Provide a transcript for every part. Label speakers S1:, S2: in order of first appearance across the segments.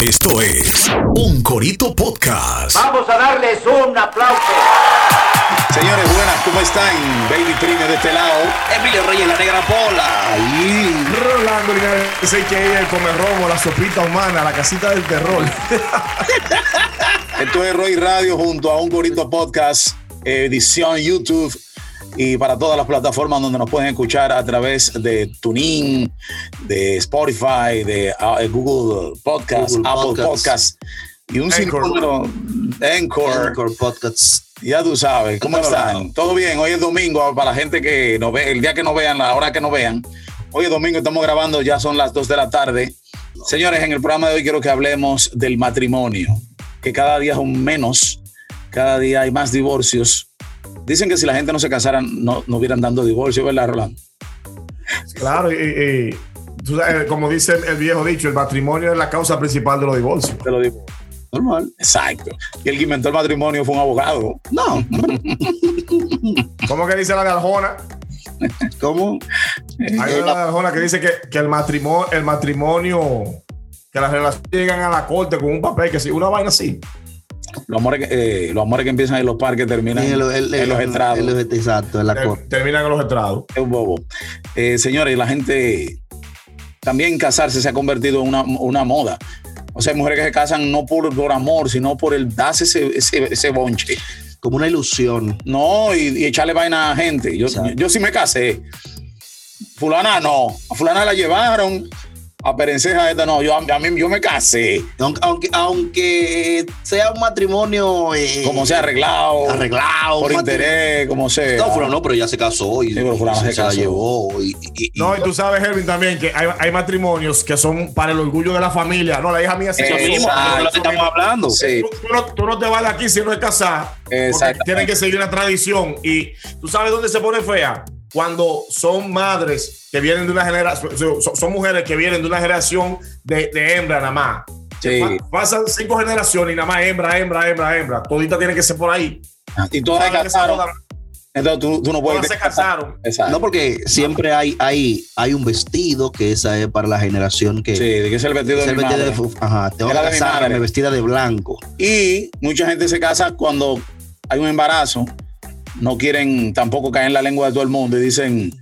S1: Esto es Un Corito Podcast.
S2: Ah,
S3: Vamos a darles un aplauso.
S2: Señores, buenas, ¿cómo están? Baby Prime de este lado. Emilio Reyes, la negra pola. Y
S4: Rolando Linares, el que el come romo, la sopita humana, la casita del terror.
S2: Esto es Roy Radio junto a un Corito Podcast, eh, edición YouTube. Y para todas las plataformas donde nos pueden escuchar a través de TuneIn, de Spotify, de ah, eh, Google Podcast,
S5: Google
S2: Apple
S5: Podcast.
S2: Podcast. Y un
S4: Anchor.
S2: sinnúmero. Anchor.
S5: Anchor Podcasts.
S2: Ya tú sabes, ¿cómo
S5: ¿Cómo
S2: están?
S5: están?
S2: Todo bien, hoy es domingo, ah, para la gente que no ve, el día que no vean, la hora que no vean. Hoy es domingo, estamos grabando, ya son las 2 de la tarde. Señores, en el programa de hoy quiero que hablemos del matrimonio, que cada día son menos, cada día hay más divorcios. Dicen que si la gente no se casara, no, no hubieran dando divorcio, ¿verdad, Rolando?
S4: Claro, y, y- tú sabes, como dice el viejo dicho, el matrimonio es la causa principal de los divorcios.
S2: Te lo digo. Normal. Exacto. Y el que inventó el matrimonio fue un abogado. No.
S4: ¿Cómo que dice la de Arjona?
S2: ¿Cómo?
S4: Hay una de Arjona que dice que, que el, matrimonio, el matrimonio, que las relaciones llegan a la corte con un papel, que sí, una vaina así.
S2: Los amores, que- eh, los amores que empiezan en los parques terminan
S5: En el- el-
S2: en los
S5: el-
S2: estrados.
S5: el- el- Exacto, en la
S4: Eh,
S5: corte.
S4: Terminan en los estrados.
S2: Es un bobo. Eh, señores, la gente también casarse se ha convertido en una, una moda. O sea, hay mujeres que se casan no por, por amor, sino por el darse ese, ese, ese bonche.
S5: Como una ilusión.
S2: No, y, y echarle vaina a gente. Yo,
S5: Exacto.
S2: yo sí me casé. Fulana no. A fulana la llevaron. A Perenceja esta no. Yo, a mí, yo me casé.
S5: Aunque, aunque, aunque sea un matrimonio eh,
S2: Como sea arreglado.
S5: arreglado,
S2: Por
S5: un matrimonio-
S2: interés, como sea.
S5: No, fulano no, pero ya se casó y,
S2: Sí, pero fulano
S5: se,
S2: se
S5: se la
S2: casó.
S5: llevó. Y, y- y-
S4: No, y tú sabes, Hervin, también que hay, hay matrimonios que son para el orgullo de la familia. No, la hija mía se
S2: Eso
S4: casó.
S2: mismo,
S4: Ah,
S2: de lo que
S4: eso
S2: estamos
S4: mismo.
S5: hablando.
S2: Eh, Sí.
S4: Tú, tú no, tú no te vas de aquí si no es casada. Porque
S2: Exactamente.
S4: tienen que seguir una tradición. Y tú sabes dónde se pone fea. Cuando son madres que vienen de una generación, son, son mujeres que vienen de una generación de, de hembra nada más.
S2: Sí.
S4: Pa- Pasan cinco generaciones y nada más hembra, hembra, hembra, hembra. Todita tiene que ser por ahí.
S2: Y todas se
S4: Todas se
S2: casaron.
S4: casaron.
S2: Entonces tú, tú no puedes.
S4: Todas se casaron.
S2: Exacto.
S5: No, porque siempre hay, hay, hay un vestido que esa es para la generación que.
S2: Sí, de que es el vestido
S5: es
S2: de
S5: el
S2: mi
S5: vestido
S2: madre.
S5: de- ajá, tengo que
S2: Era de mi madre.
S5: casarme vestida de blanco.
S2: Y mucha gente se casa cuando hay un embarazo. No quieren tampoco caer en la lengua de todo el mundo y dicen,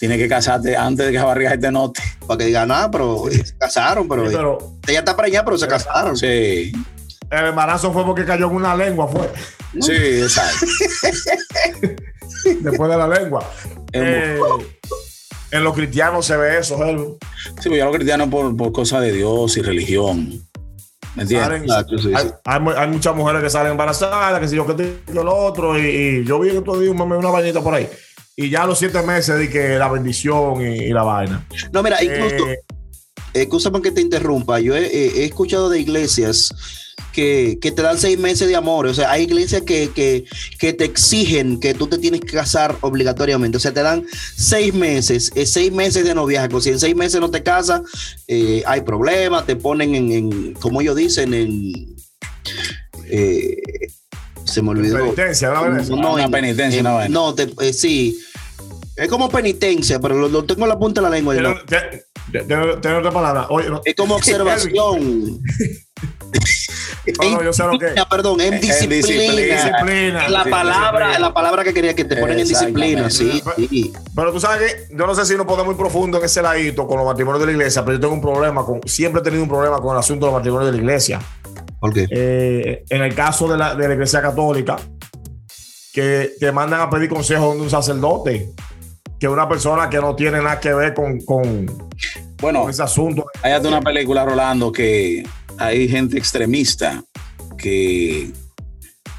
S2: tienes que casarte antes de que esa barriga se te note.
S5: Para que digan, ah, pero eh, se casaron, pero,
S4: Sí,
S5: eh,
S4: pero
S5: ella está preñada, pero se casaron.
S2: Sí,
S4: el embarazo fue porque cayó en una lengua, fue.
S2: sí, exacto.
S4: Después de la lengua.
S2: Es un
S4: Eh, en los cristianos se ve eso, Hervin.
S2: Sí, pero ya los cristianos por, por cosas de Dios y religión. ¿Me entiendes?
S4: Salen-
S5: Exacto, sí, sí.
S4: Hay, hay mu- hay muchas mujeres que salen embarazadas, que si yo que te- que lo otro, y, y yo vi que otro día un meme, una vainita por ahí. Y ya a los siete meses di que la bendición y, y la vaina.
S5: No, mira, incluso,
S4: Eh,
S5: escúchame que te interrumpa, yo he, eh, he- he escuchado de iglesias que, que te dan seis meses de amor, o sea, hay iglesias que, que, que te exigen que tú te tienes que casar obligatoriamente, o sea, te dan seis meses, eh, seis meses de noviazgo, si en seis meses no te casas, eh, hay problemas, te ponen en, en, como ellos dicen, en... eh, se me olvidó.
S4: penitencia, ¿no?
S5: No, no,
S2: Una
S5: en-
S2: penitencia,
S5: en-
S2: una vaina.
S5: No, te- eh, sí. Es como penitencia, pero lo, lo tengo en la punta de la lengua.
S4: Tiene-
S5: ¿no?
S4: tiene- tiene- tiene otra palabra. Oye, no,
S5: Es como observación.
S4: no, no, yo sé lo que es.
S5: Disciplina, perdón, en
S2: En
S5: disciplina.
S2: disciplina.
S4: Disciplina.
S5: Es La palabra, es la palabra que quería que te ponen en disciplina, sí, sí.
S4: Pero tú sabes que yo no sé si nos podemos ir profundo en ese ladito con los matrimonios de la iglesia, pero yo tengo un problema con, siempre he tenido un problema con el asunto de los matrimonios de la iglesia.
S5: ¿Por qué?
S4: Eh, en el caso de la, de la iglesia católica, que te mandan a pedir consejo de un sacerdote, que una persona que no tiene nada que ver con, con-
S2: Bueno,
S4: con ese asunto.
S2: Hay hasta una película, Rolando, que hay gente extremista que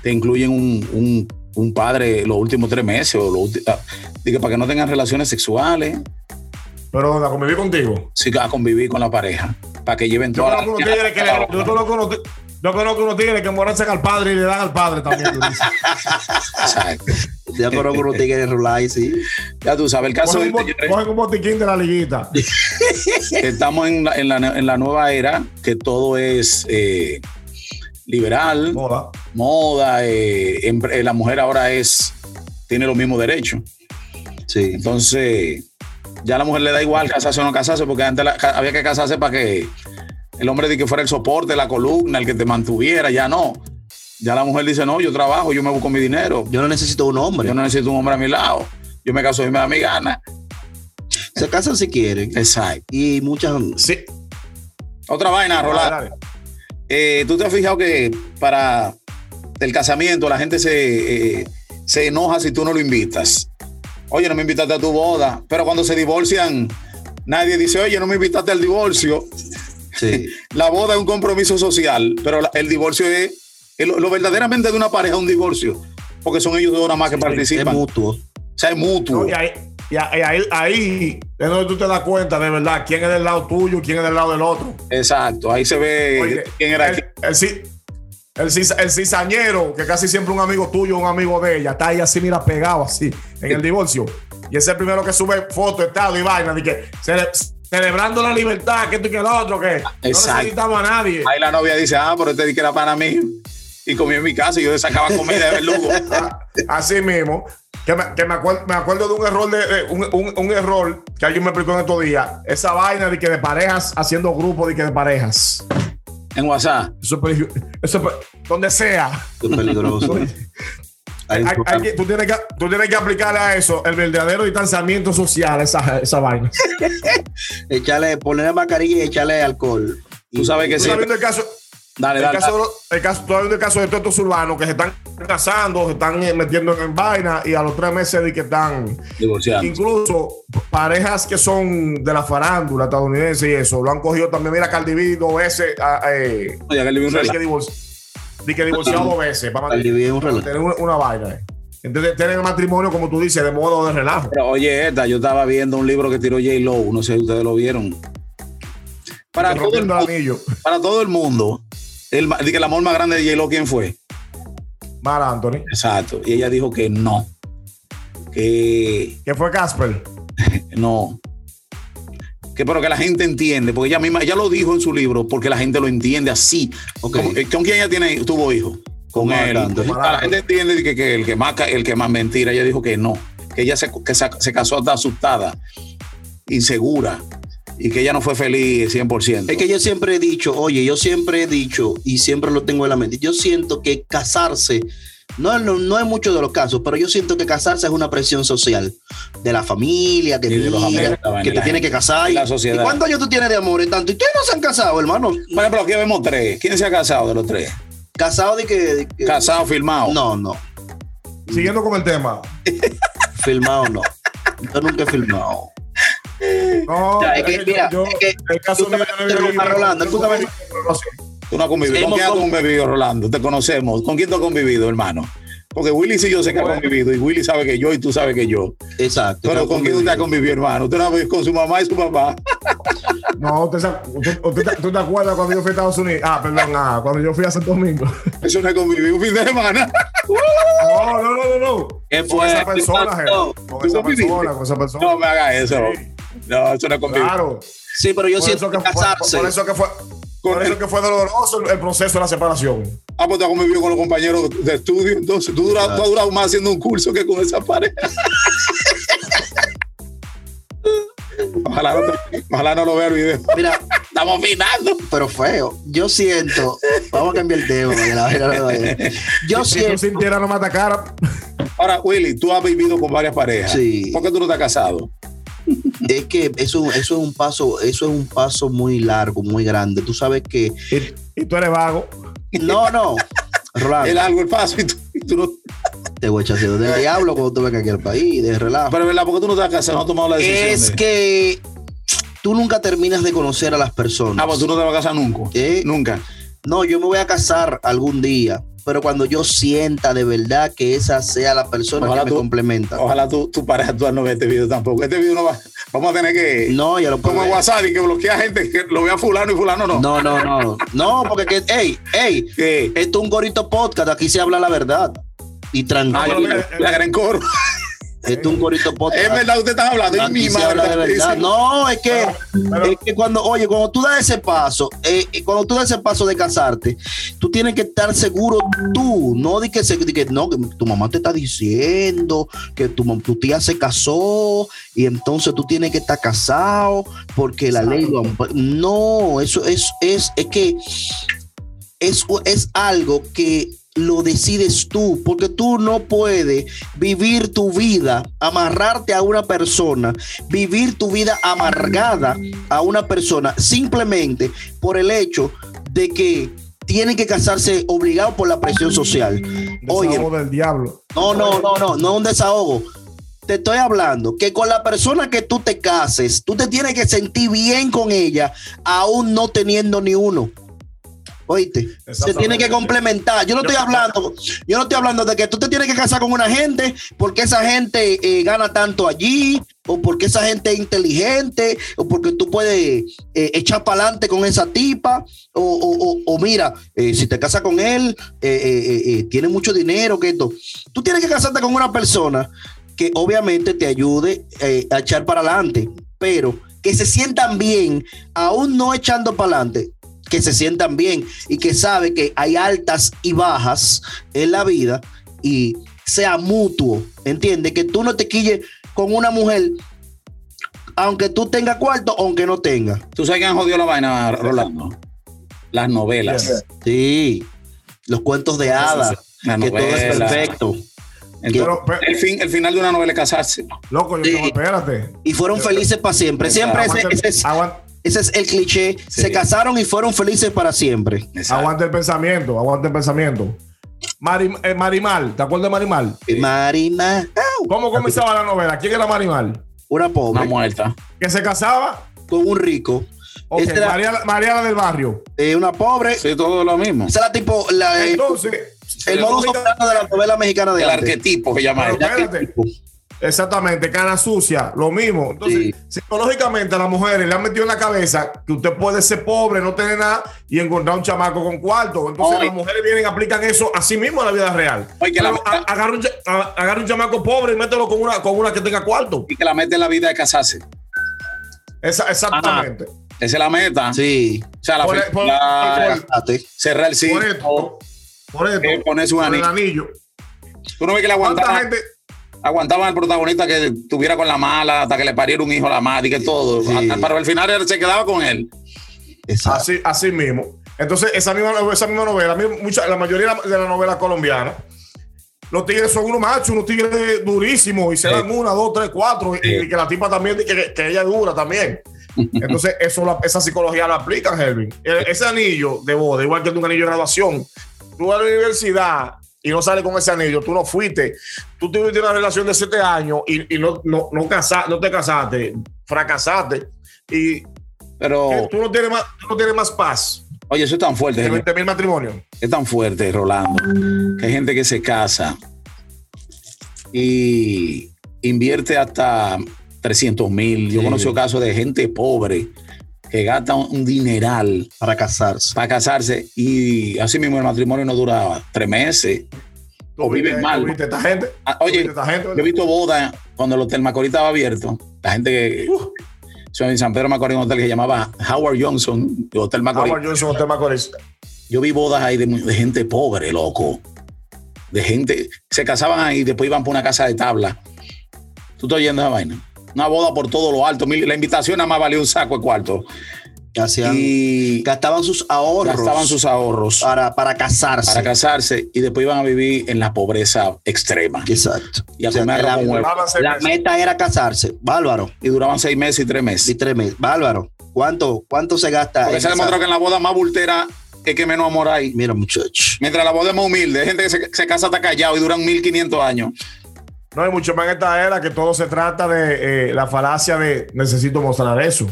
S2: te incluyen un, un- un padre los últimos tres meses o los ulti- ah, digo, para que no tengan relaciones sexuales,
S4: Pero la conviví contigo.
S2: si a convivir con la pareja, para que lleven
S4: Yo
S2: toda
S4: conozco unos tigres que, le- yo conozco unos ti- yo conozco unos tigres que emborrachan al padre y le dan al padre también. tú dices.
S2: Exacto.
S5: Ya conozco unos tigres rulay, sí.
S2: Ya tú sabes, el caso
S4: cogen,
S2: es
S4: un, bo- cogen un botiquín de la liguita.
S2: que estamos en la, en la- en la nueva era, que todo es eh, liberal,
S4: Moda.
S2: moda, eh, em- eh, la mujer ahora es tiene los mismos derechos.
S5: Sí.
S2: Entonces, ya a la mujer le da igual casarse o no casarse, porque antes la- ca- había que casarse para que el hombre de que fuera el soporte, la columna, el que te mantuviera, ya no. Ya la mujer dice, no, yo trabajo, yo me busco mi dinero,
S5: Yo no necesito un hombre.
S2: yo no necesito un hombre a mi lado, yo me caso y me da mi gana.
S5: Se casan si quieren.
S2: Exacto.
S5: Y muchas.
S4: Sí.
S2: Otra vaina, Rolando.
S4: Dale, dale.
S2: Eh, ¿Tú te has fijado que para el casamiento la gente se, eh, se enoja si tú no lo invitas? Oye, no me invitaste a tu boda. Pero cuando se divorcian, nadie dice, oye, no me invitaste al divorcio.
S5: Sí.
S2: La boda es un compromiso social, pero la- el divorcio es, es lo, lo verdaderamente de una pareja es un divorcio. Porque son ellos dos nada más que
S5: es
S2: participan. O
S5: mutuo.
S2: sea, es mutuo.
S4: No, y ahí, y ahí, ahí- ahí es donde tú te das cuenta de verdad quién es del lado tuyo, quién es del lado del otro.
S2: Exacto. Ahí se ve
S4: Oye,
S2: quién era
S4: el,
S2: quién.
S4: el, ci- el ci- el cizañero, que casi siempre un amigo tuyo, un amigo de ella, está ahí así, mira, pegado así, en el divorcio. Y ese es el primero que sube foto, estado y vaina, de que cele- celebrando la libertad, que esto y que el otro, que no
S2: Exacto.
S4: necesitamos a nadie.
S2: Ahí la novia dice, ah, pero este di que era para mí. Y comí en mi casa y yo le sacaba comida de verdugo.
S4: Ah, Así mismo. Que me, que me acuer- me acuerdo de un error de, de un, un- un error que alguien me explicó en estos días. Esa vaina de que de parejas haciendo grupos de que de parejas.
S2: en WhatsApp.
S4: Eso es peligro- eso es pe- donde sea.
S5: Es peligroso. Hay-
S4: Hay- hay que- tú, tienes que, tú tienes que aplicarle a eso el verdadero distanciamiento social, esa, esa vaina.
S5: Echarle, ponerle mascarilla y echarle alcohol.
S2: Tú sabes que
S4: Tú
S2: sí.
S4: estás viendo el caso,
S2: Dale,
S4: el
S2: dale.
S4: caso, de los- el caso, tú estás viendo el caso de todos estos urbanos que se están casando, se están eh, metiendo en vaina y a los tres meses de que están
S2: Divorciando.
S4: Incluso parejas que son de la farándula estadounidense y eso, lo han cogido también. Mira, Cardi B dos veces. ah, eh,
S2: Oye, que le vi un
S4: o sea, di que
S2: relajo.
S4: divorci- di que divorciado dos veces para
S5: Cardi B es un relajo.
S4: mantener una, una vaina. eh. Entonces, tienen el matrimonio, como tú dices, de modo de relajo.
S2: Pero, oye, esta, yo estaba viendo un libro que tiró J. Lowe, no sé si ustedes lo vieron. Para todo el,
S4: Rompiendo el
S2: mundo,
S4: anillo.
S2: para todo el mundo, el, ma- di que el amor más grande de J. Lowe, ¿quién fue?
S4: Mar Anthony.
S2: Exacto. Y ella dijo que no. Que
S4: Que fue Casper.
S2: no. Que, pero que la gente entiende, porque ella misma, ella lo dijo en su libro, porque la gente lo entiende así.
S5: Ok.
S2: Como- eh, ¿Con quién ella tiene, tuvo hijos? Con
S5: Con
S2: él.
S5: Marc Anthony.
S2: La gente entiende que, que el que más ca- el que más mentira, ella dijo que no, que ella se, que sa- se casó hasta asustada, insegura, y que ella no fue feliz 100%.
S5: Es que yo siempre he dicho, oye, yo siempre he dicho y siempre lo tengo en la mente. Yo siento que casarse, no, no, no en muchos de los casos, pero yo siento que casarse es una presión social de la familia, que,
S2: Y de los
S5: mira,
S2: amigos, la vaina,
S5: que te
S2: la
S5: tienes
S2: gente,
S5: que casar.
S2: y la sociedad.
S5: ¿Y cuántos años tú tienes de amor? Tanto. ¿Y ustedes no se han casado, hermano?
S2: Por ejemplo, aquí vemos tres. ¿Quién se ha casado de los tres?
S5: Casado de que. de que-
S2: Casado, firmado.
S5: No, no.
S4: Siguiendo con el tema.
S5: Filmado no. Yo nunca he filmado.
S4: No,
S5: Ya, es que, mira, es que
S4: el caso
S5: tú
S4: mío,
S5: también
S4: yo no he
S5: te
S4: vivido-
S5: rompes, Rolando, tú
S4: yo no he
S5: también-
S4: vivido relación.
S2: Tú no has convivido. ¿Con
S5: Hemos
S2: quién has
S5: con-
S2: convivido, Rolando? Te conocemos. ¿Con quién tú has convivido, hermano? Porque Willy sí yo sé que ha
S4: Bueno.
S2: convivido, y Willy sabe que yo, y tú sabes que yo.
S5: Exacto.
S2: Pero ¿con quién usted ha convivido, hermano? Usted no ha con su mamá y su papá.
S4: No, usted, se- usted- usted- ¿tú te acuerdas cuando yo fui a Estados Unidos? Ah, perdón, ah, cuando yo fui a Santo Domingo.
S2: Eso no es convivir un fin de semana.
S4: No, no, no, no, no.
S2: ¿Qué
S4: Con
S2: fue?
S4: esa persona, jefe.
S2: No,
S4: Con
S2: ¿tú
S4: esa
S2: conviviste?
S4: persona, con esa persona.
S2: No me haga eso. No, eso no es convivir.
S4: Claro.
S5: Sí, pero yo
S4: Por
S5: siento
S4: eso, que
S5: que
S4: fue,
S5: casarse.
S4: por eso que fue. Por eso que fue doloroso el, el proceso de la separación.
S2: Ah, pues tú has convivido con los compañeros de estudio. Entonces, tú, dura- tú has durado más haciendo un curso que con esa pareja. ojalá, no te- ojalá no lo vea el video.
S5: Mira,
S2: Estamos finando.
S5: pero feo. Yo siento, vamos a cambiar el tema. porque la vaina no es. Yo
S4: Si tú
S5: siento,
S4: sintieras no me atacara,
S2: Ahora, Willy, tú has vivido con varias parejas.
S5: Sí.
S2: ¿Por qué tú no estás casado?
S5: es que eso, eso es un paso, eso es un paso muy largo, muy grande. Tú sabes que,
S4: y tú eres vago.
S5: no, no,
S2: Él
S5: Rolando,
S2: algo el paso y tú, y tú no.
S5: te voy a echar así de diablo cuando tú vengas aquí al país, de relajo.
S2: ah, Pero, ¿verdad? ¿Por qué tú no estás casado? No has tomado la decisión.
S5: Es
S2: de-
S5: que tú nunca terminas de conocer a las personas.
S2: Ah, pues tú no te vas a casar nunca.
S5: Eh,
S2: Nunca.
S5: No, yo me voy a casar algún día, pero cuando yo sienta de verdad que esa sea la persona
S2: Ojalá
S5: que
S2: tú-
S5: me complementa.
S2: Ojalá tu, tu pareja actual no vea este video tampoco. Este video no va. Vamos a tener que.
S5: No, ya lo puedo
S2: como en
S5: ver.
S2: WhatsApp y que bloquea gente que lo vea fulano y fulano no.
S5: No, no, no. No, porque que, ey, ey,
S2: Que-
S5: esto es un gorito podcast, aquí se habla la verdad. Y
S2: Ah,
S5: tranquilo.
S2: yo- la, la gran coro.
S5: Este es un corito podcast.
S2: Es verdad, usted está hablando. Es
S5: Aquí
S2: mi
S5: se habla Ah, de
S2: madre.
S5: verdad. No, es que,
S4: pero-
S5: es que cuando, oye, cuando tú das ese paso, eh, eh, cuando tú das ese paso de casarte, tú tienes que estar seguro tú, no de que, se- de que no, que tu mamá te está diciendo que tu, mam- tu tía se casó y entonces tú tienes que estar casado porque la ley lo ampara. No, eso es, es, es que es, es algo que lo decides tú, porque tú no puedes vivir tu vida, amarrarte a una persona, vivir tu vida amargada a una persona, simplemente por el hecho de que tienen que casarse obligado por la presión social. Oye,
S4: Desahogo del diablo.
S5: no, no, no, no, no es un desahogo. Te estoy hablando que con la persona que tú te cases, tú te tienes que sentir bien con ella, aún no teniendo ni uno. Oíste, se
S4: Exactamente.
S5: tiene que complementar. Yo no estoy hablando, yo no estoy hablando de que tú te tienes que casar con una gente porque esa gente eh, gana tanto allí, o porque esa gente es inteligente, o porque tú puedes eh, echar para adelante con esa tipa, o, o- o- o mira, eh, si te casas con él, eh, eh, eh, eh, tiene mucho dinero, que esto. Tú tienes que casarte con una persona que obviamente te ayude eh, a echar para adelante, pero que se sientan bien, aún no echando para adelante, que se sientan bien y que sabe que hay altas y bajas en la vida y sea mutuo, ¿entiendes? Que tú no te quilles con una mujer, aunque tú tengas cuarto, aunque no tengas.
S2: Tú sabes que han jodido la vaina, Rolando. Las novelas.
S5: Sí, los cuentos de hadas,
S2: La
S5: que todo es
S2: novela.
S5: perfecto.
S2: Entonces,
S4: Pero, pero-
S2: el, fin, el final de una novela es casarse.
S4: Loco, yo
S5: Sí.
S4: tengo, espérate.
S5: Y fueron felices para siempre. Siempre ese,
S4: Aguanta-
S5: ese es,
S4: aguanta-
S5: ese es el cliché.
S2: Sí.
S5: Se casaron y fueron felices para siempre.
S4: Aguanta el pensamiento, aguanta el pensamiento. Mari- eh, Marimal, ¿te acuerdas de Marimal?
S5: Marina, ah,
S4: ¿Cómo comenzaba la novela? ¿Quién era Marimal?
S5: una
S2: Una
S5: pobre,
S2: muerta.
S4: ¿Que se casaba?
S5: con un rico.
S4: Ok,
S5: Esa era,
S4: María- Mariana del Barrio.
S5: eh, una pobre.
S2: Sí, todo lo mismo.
S5: Esa era tipo la, eh,
S4: Entonces,
S5: el modus operandi de la novela mexicana de
S2: El
S5: antes.
S2: arquetipo que llama
S4: Pero
S2: ella.
S4: espérate. Exactamente, cara sucia, lo mismo. Entonces, psicológicamente a las mujeres le han metido en la cabeza que usted puede ser pobre, no tener nada y encontrar un chamaco con cuarto. Entonces,
S2: Ay.
S4: las mujeres vienen y aplican eso a sí mismo en la vida real.
S2: Ay, que la-
S4: Pero a- agarra, un, cha- a- agarra un chamaco pobre y mételo con una, con una que tenga cuarto.
S2: Y que la meta en la vida de casarse. Ah,
S4: Esa- exactamente.
S2: Esa es la meta.
S5: Sí.
S2: O sea, la
S4: Por- e- por-
S2: felicidad,
S4: por-
S5: Fíjate.
S2: cerrar el
S4: Por
S2: ciclo.
S4: esto, por esto,
S2: eh, ponerse un
S4: por el
S2: anillo.
S4: anillo.
S2: Tú no ves que le
S4: ¿Cuánta
S2: aguantaban,
S4: gente?
S2: aguantaban al protagonista que estuviera con la mala hasta que le pariera un hijo a la madre y que todo.
S5: Sí.
S2: Hasta- Pero al final él se quedaba con él.
S5: Exacto.
S4: Así, así mismo. Entonces, esa misma, esa misma novela, a mí mucha- la mayoría de la novela colombiana, los tigres son unos machos, unos tigres durísimos, y se
S2: Sí.
S4: dan una, dos, tres, cuatro, y, y que la tipa también, que, que- que ella es dura también. Entonces, eso la- esa psicología la aplican, Helvin. E- Ese anillo de boda, igual que un anillo de graduación, tú vas a la universidad y no sales con ese anillo, tú no fuiste, tú tuviste una relación de siete años y, y no, no, no, casa- no te casaste, fracasaste, y
S2: Pero,
S4: tú, no tienes más, tú no tienes más paz.
S2: oye, eso es tan fuerte.
S4: De
S2: Henry.
S4: 20 mil matrimonios.
S2: es tan fuerte, Rolando, que hay gente que se casa y invierte hasta 300 mil. Yo
S5: Sí.
S2: conozco casos de gente pobre que gasta un un dineral
S5: Para casarse.
S2: para casarse y así mismo el matrimonio no dura tres meses.
S4: Tú
S2: O viven
S4: viste-
S2: mal.
S4: tú viste esta gente?
S2: Ah,
S4: tú viste
S2: Oye,
S4: esta gente?
S2: yo he visto bodas cuando el hotel Macorís estaba abierto. La gente que... Yo en San Pedro Macorís, un hotel que se llamaba Howard Johnson, Hotel Macorís.
S4: Howard Johnson, usted me acuerda.
S2: Yo vi bodas ahí de, mu- de gente pobre, loco. De gente. Se casaban ahí y después iban por una casa de tabla. ¿Tú estás oyendo esa vaina? Una boda por todo lo alto. mil- La invitación nada más valía un saco de cuarto.
S5: Hacían-
S2: y
S5: gastaban sus ahorros.
S2: gastaban sus ahorros
S5: para, para casarse.
S2: para casarse y después iban a vivir en la pobreza extrema.
S5: Exacto.
S2: Y a
S5: O sea,
S2: comer
S5: la,
S2: arroz con huevo.
S4: Vamos a hacer
S5: la
S4: eso.
S5: meta era casarse. Bárbaro.
S2: Y duraban seis meses y tres
S5: Y
S2: meses.
S5: tres meses. Bárbaro. ¿Cuánto, ¿Cuánto se gasta?
S2: Porque
S5: en
S2: se ha demostrado
S5: casarse?
S2: que en la boda más bultera es que menos amor hay.
S5: Mira, muchachos.
S2: Mientras la boda es más humilde, hay gente que se, se casa hasta callado y duran 1500 años.
S4: No hay mucho más en esta era que todo se trata de eh, la falacia de necesito mostrar eso.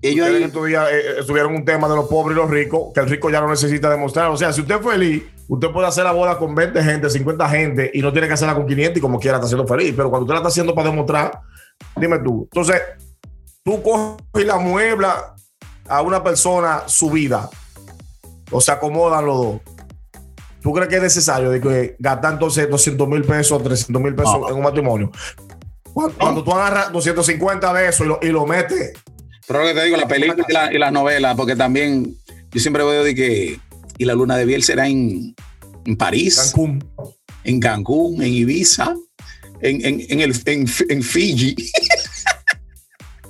S5: Ellos
S4: Ustedes en
S5: ahí.
S4: estos días eh, eh, tuvieron un tema de los pobres y los ricos, que el rico ya no necesita demostrar. O sea, si usted es feliz, usted puede hacer la boda con 20 gente, 50 gente, y no tiene que hacerla con 500 y como quiera está siendo feliz. Pero cuando usted la está haciendo para demostrar, dime tú. Entonces, tú coges y la muebla a una persona su vida, o se acomodan los dos. ¿Tú crees que es necesario de que gastar entonces 200 mil pesos, 300 mil pesos
S2: No.
S4: en un matrimonio? Cuando, cuando tú agarras 250 de eso y lo, y lo metes.
S2: Pero lo que te digo, la película y, la- y las novelas, porque también yo siempre veo de que. Y la luna de biel será en, en París,
S4: Cancún.
S2: en Cancún, en Ibiza, en, en, en, el, en, F- en Fiji.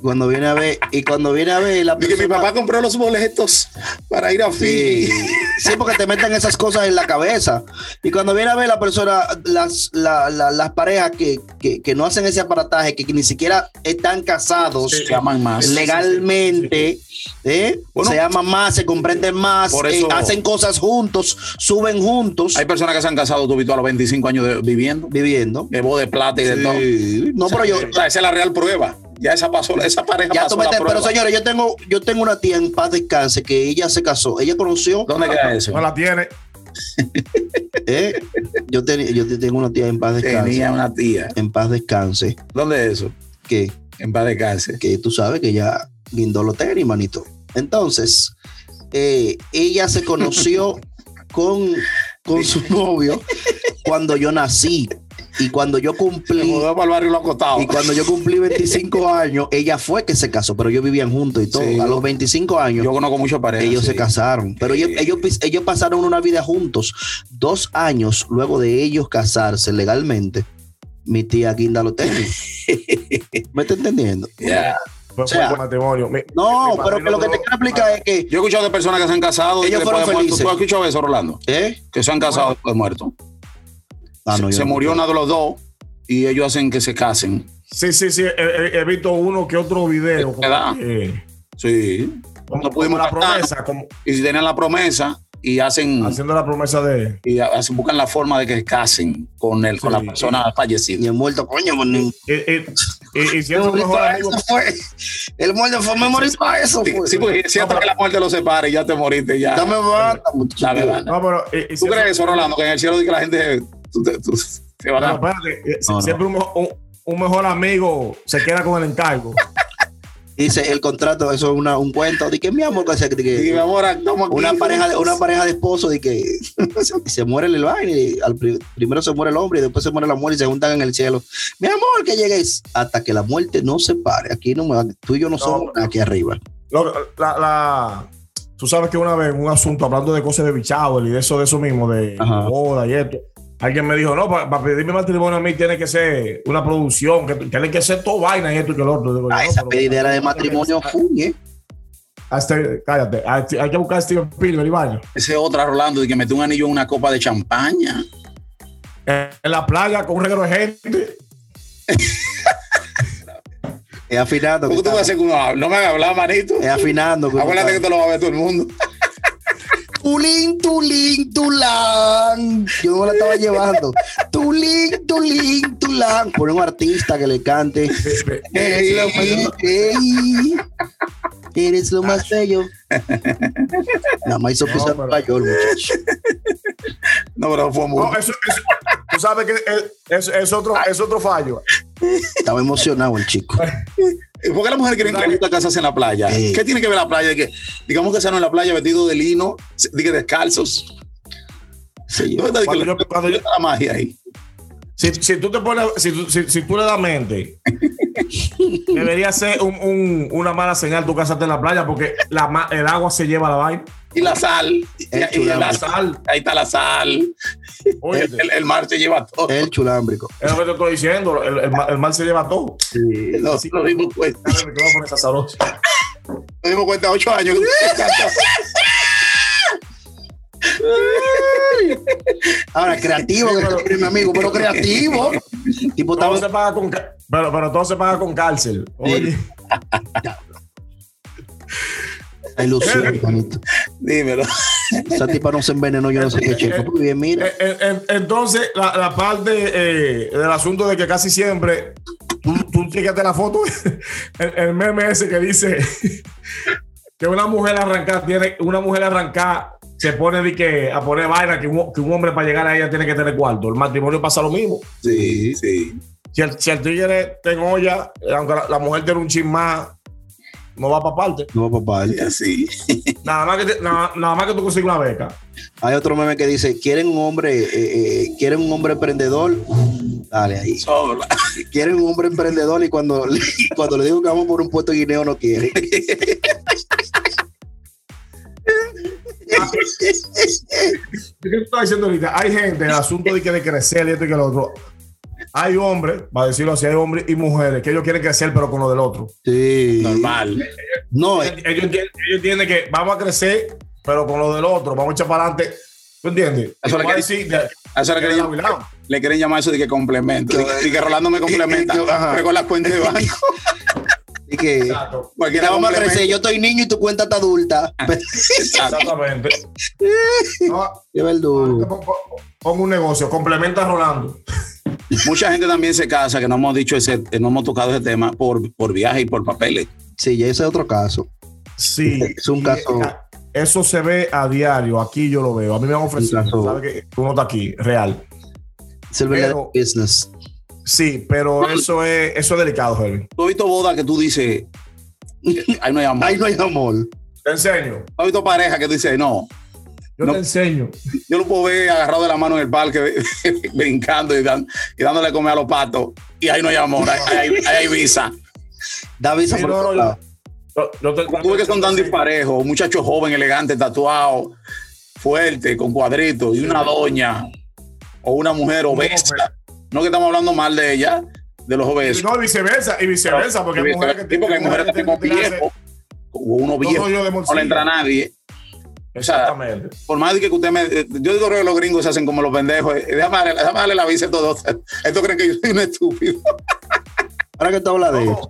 S5: Cuando viene a ver, y cuando viene a ver la
S2: Dije, mi
S5: persona-
S2: papá compró los boletos para ir a Fiji.
S5: Sí, sí, porque te meten esas cosas en la cabeza. Y cuando viene a ver la persona, las, la- la- las parejas que, que- que no hacen ese aparataje, que, ni siquiera están casados
S2: Se aman más.
S5: legalmente, ¿eh?
S2: Bueno,
S5: se aman más, se comprenden más,
S2: por
S5: eh,
S2: eso-
S5: hacen cosas juntos, suben juntos,
S2: Hay personas que se han casado tú, Vito, a los 25 años de- viviendo,
S5: viviendo.
S2: de voz de plata y de todo.
S5: Sí, No, pero yo,
S2: O sea, esa es la real prueba. Ya esa pasó, esa pareja
S5: Ya
S2: pasó
S5: tú me
S2: la
S5: te-
S2: prueba.
S5: pero señores, yo tengo, yo tengo una tía en paz descanse que ella se casó, ella conoció,
S2: ¿Dónde queda eso?
S4: No la tiene.
S5: ¿eh? yo, teni- yo te- tengo una tía en paz descanse,
S2: Tenía una tía.
S5: en paz descanse,
S2: ¿Dónde es eso?
S5: que,
S2: En paz de cáncer.
S5: que tú sabes que ya guindó los tenis, manito. Entonces, eh, ella se conoció con, con su novio cuando yo nací y cuando yo
S2: Se
S5: cumplí.
S2: mudó para el barrio Lo Acotado.
S5: Y cuando yo cumplí 25 años, ella fue que se casó, pero ellos vivían juntos y todo.
S2: Sí.
S5: a los 25 años,
S2: Yo conozco muchas parejas.
S5: ellos
S2: sí.
S5: se casaron. Pero ellos,
S2: Sí.
S5: ellos, pis- ellos pasaron una vida juntos. Dos años luego de ellos casarse legalmente, mi tía Guinda lo tenía. ¿Me está entendiendo?
S2: Ya.
S4: Fue,
S5: O sea,
S4: fue matrimonio. Mi-
S5: No,
S4: mi
S5: pero que
S4: padrino
S5: lo que te
S4: duró-
S5: quiero explicar es que.
S2: Yo he escuchado de personas que se han casado. y
S5: Ellos
S2: que después
S5: fueron
S2: de muerto-
S5: felices.
S2: ¿Tú has escuchado eso, Rolando?
S5: ¿Eh?
S2: Que se han casado después de muerto.
S5: Ah, no,
S2: se
S5: yo no-
S2: murió uno de los dos y ellos hacen que se casen.
S4: Sí, sí, sí. He, he- he visto uno que otro video. como
S2: ¿Verdad?
S4: que-
S2: Sí.
S4: como,
S2: No pudimos
S4: como la
S2: captar. Mm.
S4: promesa, como
S2: Y si tienen la promesa y hacen,
S4: haciendo la promesa de.
S2: y hacen- buscan la forma de que se casen con, el, con
S4: Sí.
S2: la persona
S5: Y
S2: fallecida.
S5: el muerto, coño, man, ni-
S4: Y, y, y- y siendo
S5: me
S4: un mejor
S5: morí
S4: amigo.
S5: pa' eso fue. El muerto fue, me morí pa' eso.
S2: Sí,
S5: fue.
S2: sí, porque es cierto que la muerte los separe y ya te moriste. ya.
S5: Dame bata, muchacho.
S2: La verdad.
S4: No, pero. y- y
S2: ¿Tú
S4: siendo-
S2: crees eso, Rolando? Que en el cielo dice que la gente tú te- tú- te va a
S4: No,
S2: dar.
S4: espérate, eh, si-
S5: No, no.
S4: siempre un mo- Un, un mejor amigo se queda con el encargo.
S5: Dice el contrato, eso es una, un cuento. Dice que mi amor, que, se- de que-
S2: Y mi amor, ah, estamos aquí.
S5: una pareja de una pareja de esposos de que se, se muere el vaina y al pri- primero se muere el hombre y después se muere la mujer y se juntan en el cielo mi amor que llegues hasta que la muerte no se pare aquí no me- tú y yo no, somos aquí arriba
S4: Lo- la- la- tú sabes que una vez en un asunto, hablando de cosas de bichado y de eso, de eso mismo, de
S5: Ajá.
S4: boda y esto, alguien me dijo, no, para pedirme matrimonio a mí tiene que ser una producción, que tiene que ser todo vaina y esto y que lo otro. Digo,
S5: Ah,
S4: no,
S5: esa
S4: pero-
S5: pedidera de matrimonio fun, eh.
S4: Hasta- este, cállate, hay, hay que buscar a Steven Spielberg y vaina.
S2: Ese es otra, Rolando, de que metió un anillo en una copa de champaña.
S4: Eh, En la playa con un reguero de gente.
S5: es afinando que
S2: ¿Cómo tú vas a
S5: está-
S2: hacer que uno hable? No me hagas hablar, manito.
S5: es afinando que
S2: Acuérdate que
S5: está-
S2: te lo va a ver todo el mundo.
S5: tulín tulín tulán yo no la estaba llevando tulín tulín tulán por un artista que le cante Eres lo más bello. Eres lo más bello. Nada más hizo pisar
S4: pero-
S5: Nueva York, muchacho.
S2: No, pero fue muy.
S4: No, eso, eso- tú sabes que es, es- es otro, es otro fallo.
S5: Estaba emocionado el chico.
S2: ¿Por qué las mujeres quieren que gusta casarse en la playa?
S5: Sí.
S2: ¿Qué tiene que ver la playa? De que, digamos que sean en la playa vestidos de lino, se- de que descalzos.
S5: Sí, yo-
S2: ¿Dónde está de que
S4: Cuando
S2: lo-
S4: yo- cuando yo-
S2: dónde está la magia ahí?
S4: Si, si tú te pones, si, tú- si, si tú le das mente, debería ser un- un- una mala señal tu casarte en la playa porque la, ma- el agua se lleva la vaina.
S2: Y la sal. Y, y la sal. Ahí está la sal.
S4: Oye,
S2: El, el mar se lleva todo.
S5: El chulámbrico.
S4: es lo que te estoy diciendo, el, el, ma- el mal se lleva todo.
S2: No, sí, nos dimos cuenta.
S4: Dale el micrófono, esa sabrosa.
S2: Nos dimos cuenta ocho años.
S5: Ahora, creativo, que
S4: pero-
S5: quiere mi amigo, pero creativo. Tipo,
S4: Todo
S5: estaba.
S4: se paga con, ca- pero, pero todo se paga con cárcel. Oye,
S5: Ay, Lucía, manito.
S2: Dímelo.
S5: Esa tipa no se envenenó, yo no sé qué chico. Muy bien, mira.
S4: eh, eh, eh, entonces, la, la parte eh, del asunto de que casi siempre tú, tú fíjate la foto, el, el meme ese que dice que una mujer arrancada tiene, una mujer arrancada se pone de que a poner vaina que un, que un hombre para llegar a ella tiene que tener cuarto. El matrimonio pasa lo mismo. eh,
S2: Sí, sí.
S4: Si el, si el tigre te olla, aunque la, la mujer tiene un chin más, no va para parte.
S5: No, papá.
S2: Y así.
S4: Nada más que, te- nada, nada más que tú consigues una beca.
S5: Hay otro meme que dice, ¿quieren un hombre, eh, eh, quieren un hombre emprendedor? Dale ahí.
S2: Sobra.
S5: Quieren un hombre emprendedor y cuando, le- cuando le digo que vamos por un puesto de guineo no quiere.
S4: ¿Qué tú estás diciendo ahorita? Hay gente, el asunto de que de crecer y esto y que lo otro. Hay hombres, va a decirlo así, hay hombres y mujeres que ellos quieren crecer, pero con lo del otro.
S5: Sí.
S2: Normal.
S5: No, eh,
S4: Ellos entienden, ellos entienden que vamos a crecer, pero con lo del otro, vamos a echar para adelante. ¿Tú entiendes?
S2: Eso le
S4: Vamos a
S2: quería-
S4: decir, de-
S2: A eso le
S4: de
S2: quieren, llam-
S4: Gavilán.
S2: le quieren llamar eso de que complemento. De que, de que Rolando me complementa.
S5: Yo- ajá.
S2: Pero con la cuenta de banco.
S5: así que
S4: Exacto.
S2: Cualquiera
S5: mira, vamos a crecer.
S2: complementa.
S5: Yo estoy niño y tu cuenta está adulta.
S4: Ah.
S2: Exacto.
S4: Exactamente. No,
S5: Qué verdugo.
S4: pon- pon- pon un negocio, complementa a Rolando.
S2: Mucha gente también se casa, que no hemos dicho ese, eh, no hemos tocado ese tema por, por viaje y por papeles.
S5: Sí, ya ese es otro caso.
S4: Sí.
S5: Es un caso.
S4: Eso se ve a diario. Aquí yo lo veo. A mí me han ofrecido.
S5: Caso.
S4: ¿sabe que uno está aquí, real.
S5: Es el verdadero
S4: Pero-
S5: business.
S4: Sí, pero eso es, eso es delicado, Jerry.
S2: ¿Tú has visto boda que tú dices, eh, ahí no hay amor?
S5: Ahí no hay amor.
S4: Te enseño.
S2: ¿Tú has visto pareja que tú dices, no,
S4: Yo
S2: No.
S4: te enseño.
S2: yo lo puedo ver agarrado de la mano en el parque, brincando y, dan- y dándole comer a los patos, y ahí no hay amor, ahí, ahí- ahí hay visa.
S5: Da visa
S4: Sí,
S5: por
S4: no,
S5: otro
S4: no,
S5: lado.
S4: Yo- yo te-
S2: Tú ves que son tan
S4: Sí.
S2: disparejos, un muchacho joven, elegante, tatuado, fuerte, con cuadritos, y una doña, o una mujer obesa. No que estamos hablando mal de ella, de los obesos.
S4: No, y viceversa, y viceversa, porque hay mujeres que
S2: Sí, porque hay mujeres que
S4: tienen
S2: tenemos viejos, o uno
S4: No
S2: viejo,
S4: soy yo de
S2: no le entra a
S4: bolsillo.
S2: nadie.
S4: Exactamente.
S2: Por más de que usted me. eh, Yo digo que los gringos se hacen como los pendejos. eh, Déjame darle, déjame darle la visa a todos. Esto creen que yo soy un estúpido.
S5: Ahora que tú hablas de
S4: No,
S5: eso.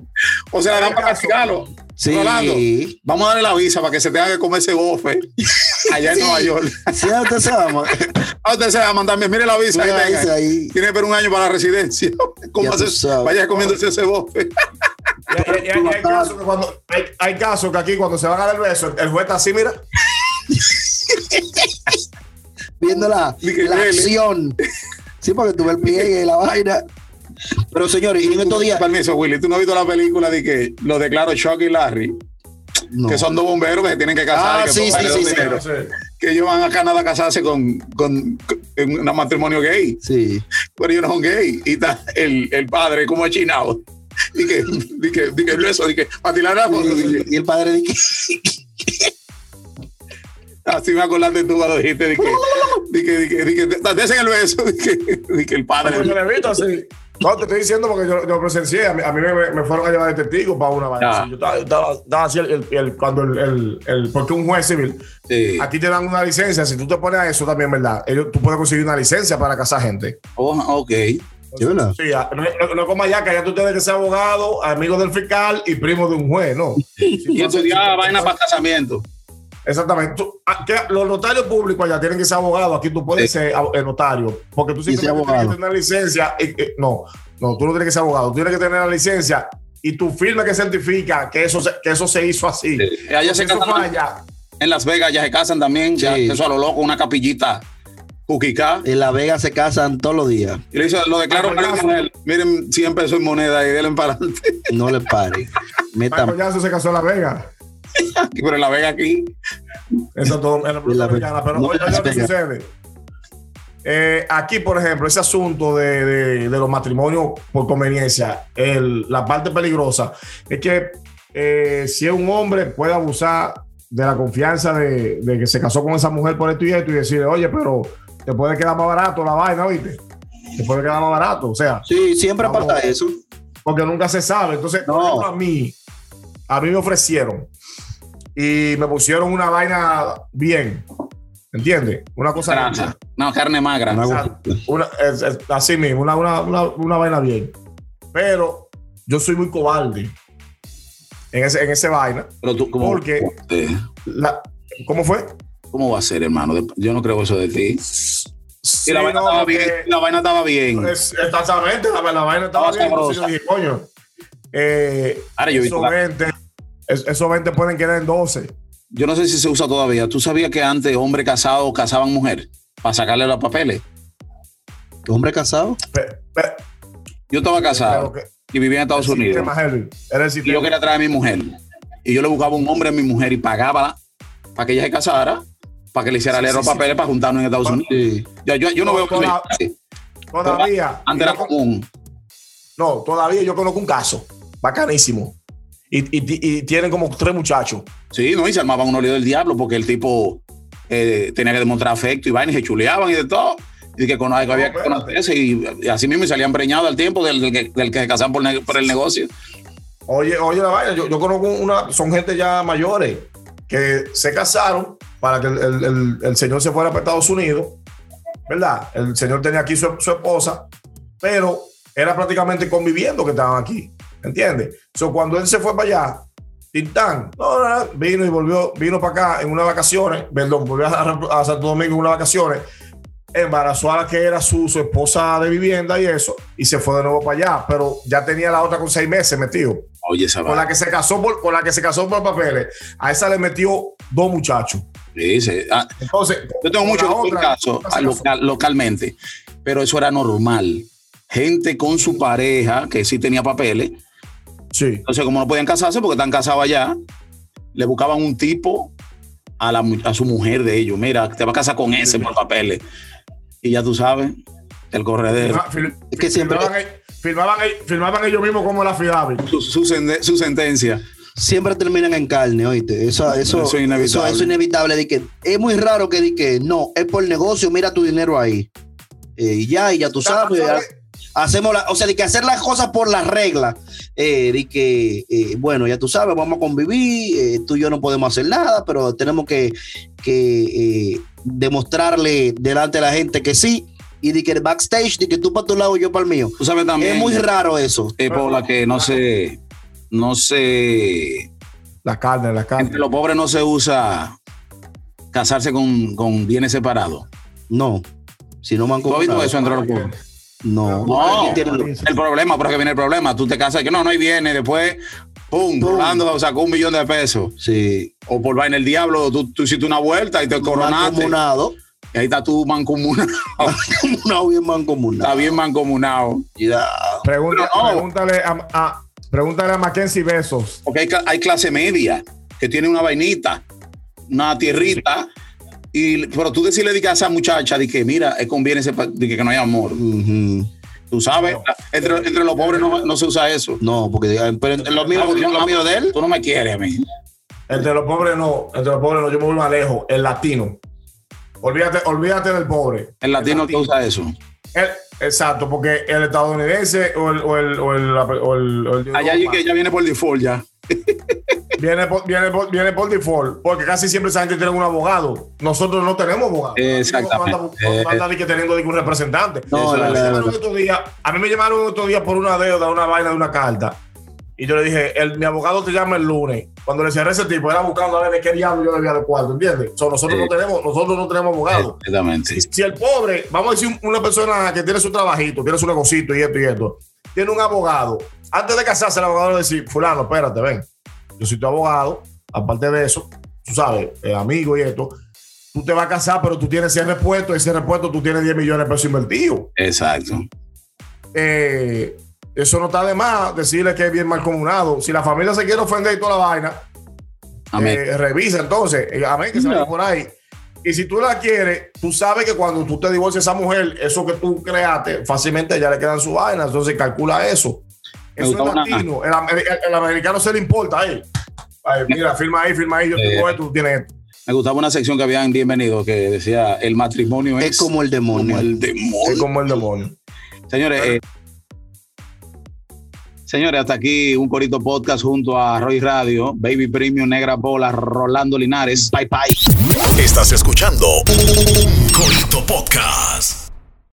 S2: O se la dan para
S4: Caso.
S2: castigarlo. Rolando,
S5: Sí.
S2: vamos a darle la visa para que se tenga que comer ese bofe allá en
S5: Sí.
S2: Nueva York.
S5: Sí, ya usted sabe, ma-
S2: A Ah, usted se la mandan, mire la visa.
S5: Mira
S2: que
S5: la
S2: tenga.
S5: visa ahí.
S2: Tiene pero un año para la residencia. Cómase-
S5: tú sabes.
S2: vaya comiéndose ese bofe.
S4: y hay- y hay- y hay casos que cuando- hay- Hay casos que aquí cuando se van a dar el beso, el juez está así, mira.
S5: Viendo la,
S2: Ni que
S5: la
S2: duele.
S5: acción. Sí, porque tuve el pliegue y la vaina. Pero señores, y en estos días.
S2: Permiso, Willy. ¿Tú no has visto la película de que lo declaro Chuck y Larry?
S5: No.
S2: Que son dos bomberos que se tienen que casar.
S5: Ah,
S2: y que
S5: sí,
S2: son
S5: sí,
S2: varios
S5: sí, sí.
S2: bomberos. que ellos van a Canadá a casarse con, con, con- en un matrimonio gay,
S5: Sí.
S2: pero ellos no son gay. Y está el, el padre como achinado. Y que, y que, y que eso, y que para tirar la foto. y que,
S5: Y el padre de que.
S2: así me acordaste tú cuando dijiste, de que, de que, de que, de que, de- desen el beso, de que, de que el
S4: Como
S2: padre.
S4: yo le evito, así. No, te estoy diciendo porque yo, yo presencié. A mí, a mí me, me fueron a llevar de testigo para una vaina.
S2: Ah.
S4: así. Yo estaba, estaba- estaba así el, el- el- cuando el, el- el- Porque un juez civil,
S2: Sí.
S4: aquí te dan una licencia. Si tú te pones a eso también, ¿verdad? Ellos- tú puedes conseguir una licencia para casar gente.
S2: Oh, ok.
S5: Sí, ¿verdad?
S4: Sí, a- no, no- no como allá, que allá tú tienes que ser abogado, amigo del fiscal y primo de un juez, ¿no?
S2: Y estudiaba vaina para casamiento.
S4: Exactamente. Tú- a- que los notarios públicos allá tienen que ser abogados. Aquí tú puedes ser ab- eh, notario. Porque tú
S5: ser
S4: simplemente tienes
S5: abogado.
S4: que tener licencia. y- y- no, no, tú no tienes que ser abogado. Tú tienes que tener la licencia y tu firma que certifica que eso se, que eso se hizo así.
S2: Sí. Allá se
S4: Porque eso
S2: casan-
S4: fue allá.
S2: En Las Vegas ya se casan también, ya,
S5: Sí.
S2: eso a lo loco, una capillita. Cuquicá.
S5: En La Vega se casan todos los días.
S2: Y le hizo, lo declaro para
S4: Arrollazo.
S2: él. Miren, 100 pesos en moneda y denle para adelante.
S5: No le pare.
S4: Michael
S5: Metan.
S4: Jackson se casó en Las Vegas.
S2: Pero en Las Vegas aquí.
S4: Eso todo en la República
S5: La-
S4: Dominicana, Pero
S5: no,
S4: oye, oye lo que
S5: espera.
S4: sucede. Eh, aquí, por ejemplo, ese asunto de, de- de los matrimonios por conveniencia, el- la parte peligrosa es que eh, si un hombre puede abusar de la confianza de, de que se casó con esa mujer por esto y esto y decirle, oye, pero te puede quedar más barato la vaina, ¿viste? Te puede quedar más barato, o sea,
S5: Sí, siempre
S4: Vamos.
S5: pasa eso.
S4: porque nunca se sabe. Entonces, por
S5: No.
S4: ejemplo, a mí, a mí me ofrecieron y me pusieron una vaina bien, ¿entiendes? Una cosa
S2: Granja. No, carne magra.
S5: Una
S4: Exacto.
S5: gordita.
S4: una- es- es así mismo, una, una, una, una vaina bien. Pero yo soy muy cobarde en ese, en ese vaina.
S2: Pero tú, ¿cómo,
S4: Porque-
S2: eh,
S4: La- ¿Cómo fue?
S2: ¿cómo va a ser, hermano? De- Yo no creo eso de ti. Y la,
S4: Sí,
S2: vaina
S4: no,
S2: estaba
S4: porque-
S2: bien, la vaina estaba bien.
S4: Es- exactamente, la, la vaina estaba
S2: Estaba
S4: bien. Entonces yo
S2: sabrosa.
S4: dije, coño, eh,
S2: Ahora yo, he visto
S4: esos
S2: la-
S4: 20, es- esos 20 pueden quedar en 12.
S2: yo no sé si se usa todavía. ¿Tú sabías que antes hombres casados casaban mujer para sacarle los papeles?
S5: Hombre casado.
S4: Pe- pe-
S2: Yo estaba
S4: pero
S2: casado
S4: que-
S2: y vivía en Estados
S4: El
S2: Unidos.
S4: sistema, Henry. Era el
S2: Y
S4: sistema.
S2: yo quería traer a mi mujer. y yo le buscaba un hombre a mi mujer y pagaba para que ella se casara, para que le hiciera
S4: Sí,
S2: leer
S4: sí,
S2: los
S4: sí.
S2: papeles para juntarnos en Estados Unidos.
S5: Sí.
S2: Ya, Yo, yo no
S4: No,
S2: veo que
S4: toda-
S2: sí.
S4: Todavía.
S2: Antes era común.
S4: No, todavía yo conozco un caso. Bacanísimo. Y, y- y tienen como tres muchachos.
S2: Sí, no, y se armaban un lío del diablo porque el tipo eh, tenía que demostrar afecto y vaina y se chuleaban y de todo. Y que, cono- que había que conocerse y, y así mismo y salían preñados al tiempo del, del que, del que se casaban por, ne- por el negocio.
S4: Oye, oye, la vaina, yo, yo conozco una, son gente ya mayores que se casaron para que el, el- el- el señor se fuera para Estados Unidos, ¿verdad? El señor tenía aquí su, su esposa, pero era prácticamente conviviendo que estaban aquí, ¿entiendes? So, cuando él se fue para allá, Tintán, no, no, no, vino y volvió, vino para acá en unas vacaciones, perdón, volvió a, a Santo Domingo en unas vacaciones, embarazó a la que era su, su esposa de vivienda y eso, y se fue de nuevo para allá, pero ya tenía la otra con seis meses metido
S2: Oye, esa
S4: con
S2: vaina.
S4: la que se casó por, con la que se casó por papeles, a esa le metió dos muchachos.
S2: Sí, sí. Ah,
S4: Entonces,
S2: Yo tengo
S4: con
S2: muchos
S4: la otra,
S2: casos
S4: nunca se
S2: local- localmente, pero eso era normal. Gente con su pareja que sí tenía papeles,
S4: casó. Sí.
S2: entonces como no podían casarse porque están casados allá, le buscaban un tipo a, la, mu- a su mujer de ellos. Mira, te vas a casar con ese por papeles. Y ya tú sabes, el corredero.
S4: Firma- fil-
S5: Es que siempre-
S4: firmaban, ahí- firmaban ahí- firmaban ellos mismos como la FIDAVI.
S2: Su, su sende- su sentencia.
S5: Siempre terminan en carne, oíste. Eso, eso,
S2: Eso es inevitable.
S5: Eso, eso es inevitable. Di que, es muy raro que di que no, es por negocio, mira tu dinero ahí. Eh, y ya, y ya tú sabes. ya.
S2: ah.
S5: hacemos la, o sea, de que hacer las cosas por las reglas, eh, de que, eh, bueno, ya tú sabes, vamos a convivir, eh, tú y yo no podemos hacer nada, pero tenemos que, que, eh, demostrarle delante de la gente que sí, y de que el backstage, de que tú para tu lado, yo para el mío.
S2: Tú sabes también,
S5: Es muy raro eso.
S2: eh, por la que no se, no se,
S4: La carne, la
S2: entre
S4: carne.
S2: los pobres no se usa casarse con, con bienes separados.
S5: No, si no me han
S2: ¿Tú has visto
S5: comprado.
S2: eso entre los pobres?
S5: No,
S2: No.
S5: Aquí tienen-
S2: El problema, pero es que viene el problema. Tú te casas y que no, no hay bienes. Después, pum,
S5: Pum.
S2: Rolando sacó un millón de pesos.
S5: sí,
S2: O por vaina el diablo, tú, tú hiciste una vuelta y te coronaste.
S5: mancomunado,
S2: Y ahí está tú mancomunado.
S5: mancomunado, bien mancomunado.
S2: está bien mancomunado.
S5: Ya.
S4: Pregunta-
S2: Pero no.
S4: Pregúntale a, a- pregúntale a Mackenzie Besos.
S2: Porque hay, cla- hay clase media que tiene una vainita, una tierrita. Y, pero tú decirle di que a esa muchacha de que mira, eh, conviene ese pa- di que, que no hay amor.
S5: Ujú.
S2: Tú sabes, la- entre, entre los pobres no, no se usa eso.
S5: No, porque eh, pero lo mío,
S2: Ah, porque-
S5: lo mío de él.
S2: Tú no me quieres a mí.
S4: Entre los pobres no, entre los pobres no, yo me voy más lejos, el latino. Olvídate, olvídate del pobre.
S2: El latino que usa eso.
S4: El- exacto, porque el estadounidense o el... O el, o el, o el- o el de
S2: Allá
S4: Europa-
S2: allí que ya viene por default ya.
S4: Viene por, viene, por, viene por default, porque casi siempre esa gente tiene un abogado. Nosotros no tenemos abogado.
S2: Exactamente.
S4: No anda- no anda ni que teniendo ningún representante.
S5: No,
S4: A mí
S5: la-
S4: me
S5: la- la-
S4: llamaron otro día- a mí me llamaron otro día por una deuda, una vaina de una carta. Y yo le dije, el- mi abogado te llama el lunes. Cuando le cerré ese tipo, era buscando a ver de qué diablo yo debía de cuarto, ¿entiendes? So, nosotros,
S2: Sí.
S4: no tenemos, nosotros no tenemos abogado.
S2: Exactamente.
S4: Si el pobre, vamos a decir una persona que tiene su trabajito, tiene su negocito y esto y esto, tiene un abogado. Antes de casarse, el abogado le dice, fulano, espérate, ven, yo soy tu abogado, aparte de eso, tú sabes, eh, amigo y esto, tú te vas a casar, pero tú tienes ese repuesto, ese repuesto tú tienes 10 millones de pesos invertidos.
S2: Exacto.
S4: Eh, eso no está de más decirle que es bien malcomunado. Si la familia se quiere ofender y toda la vaina,
S2: Amén.
S4: eh, revisa entonces. Eh, amén, que
S2: No.
S4: salió por ahí. Y si tú la quieres, tú sabes que cuando tú te divorcias a esa mujer, eso que tú creaste, fácilmente ya le quedan su vaina. Entonces calcula eso.
S2: Me
S4: Eso
S2: gustaba
S4: es
S2: una-
S4: latino. El, am- el- el americano se le importa a él. Ay, mira, firma ahí, firma ahí. Yo
S2: Eh.
S4: tengo esto, tú tienes esto.
S2: Me gustaba una sección que habían bienvenido que decía el matrimonio es,
S5: Es como el demonio.
S2: como el
S4: Es
S2: demonio.
S4: como el demonio.
S2: Señores, eh, señores, hasta aquí un corito podcast junto a Roy Radio, Baby Premium, Negra Bola, Rolando Linares. Bye bye.
S1: Estás escuchando Un Corito Podcast.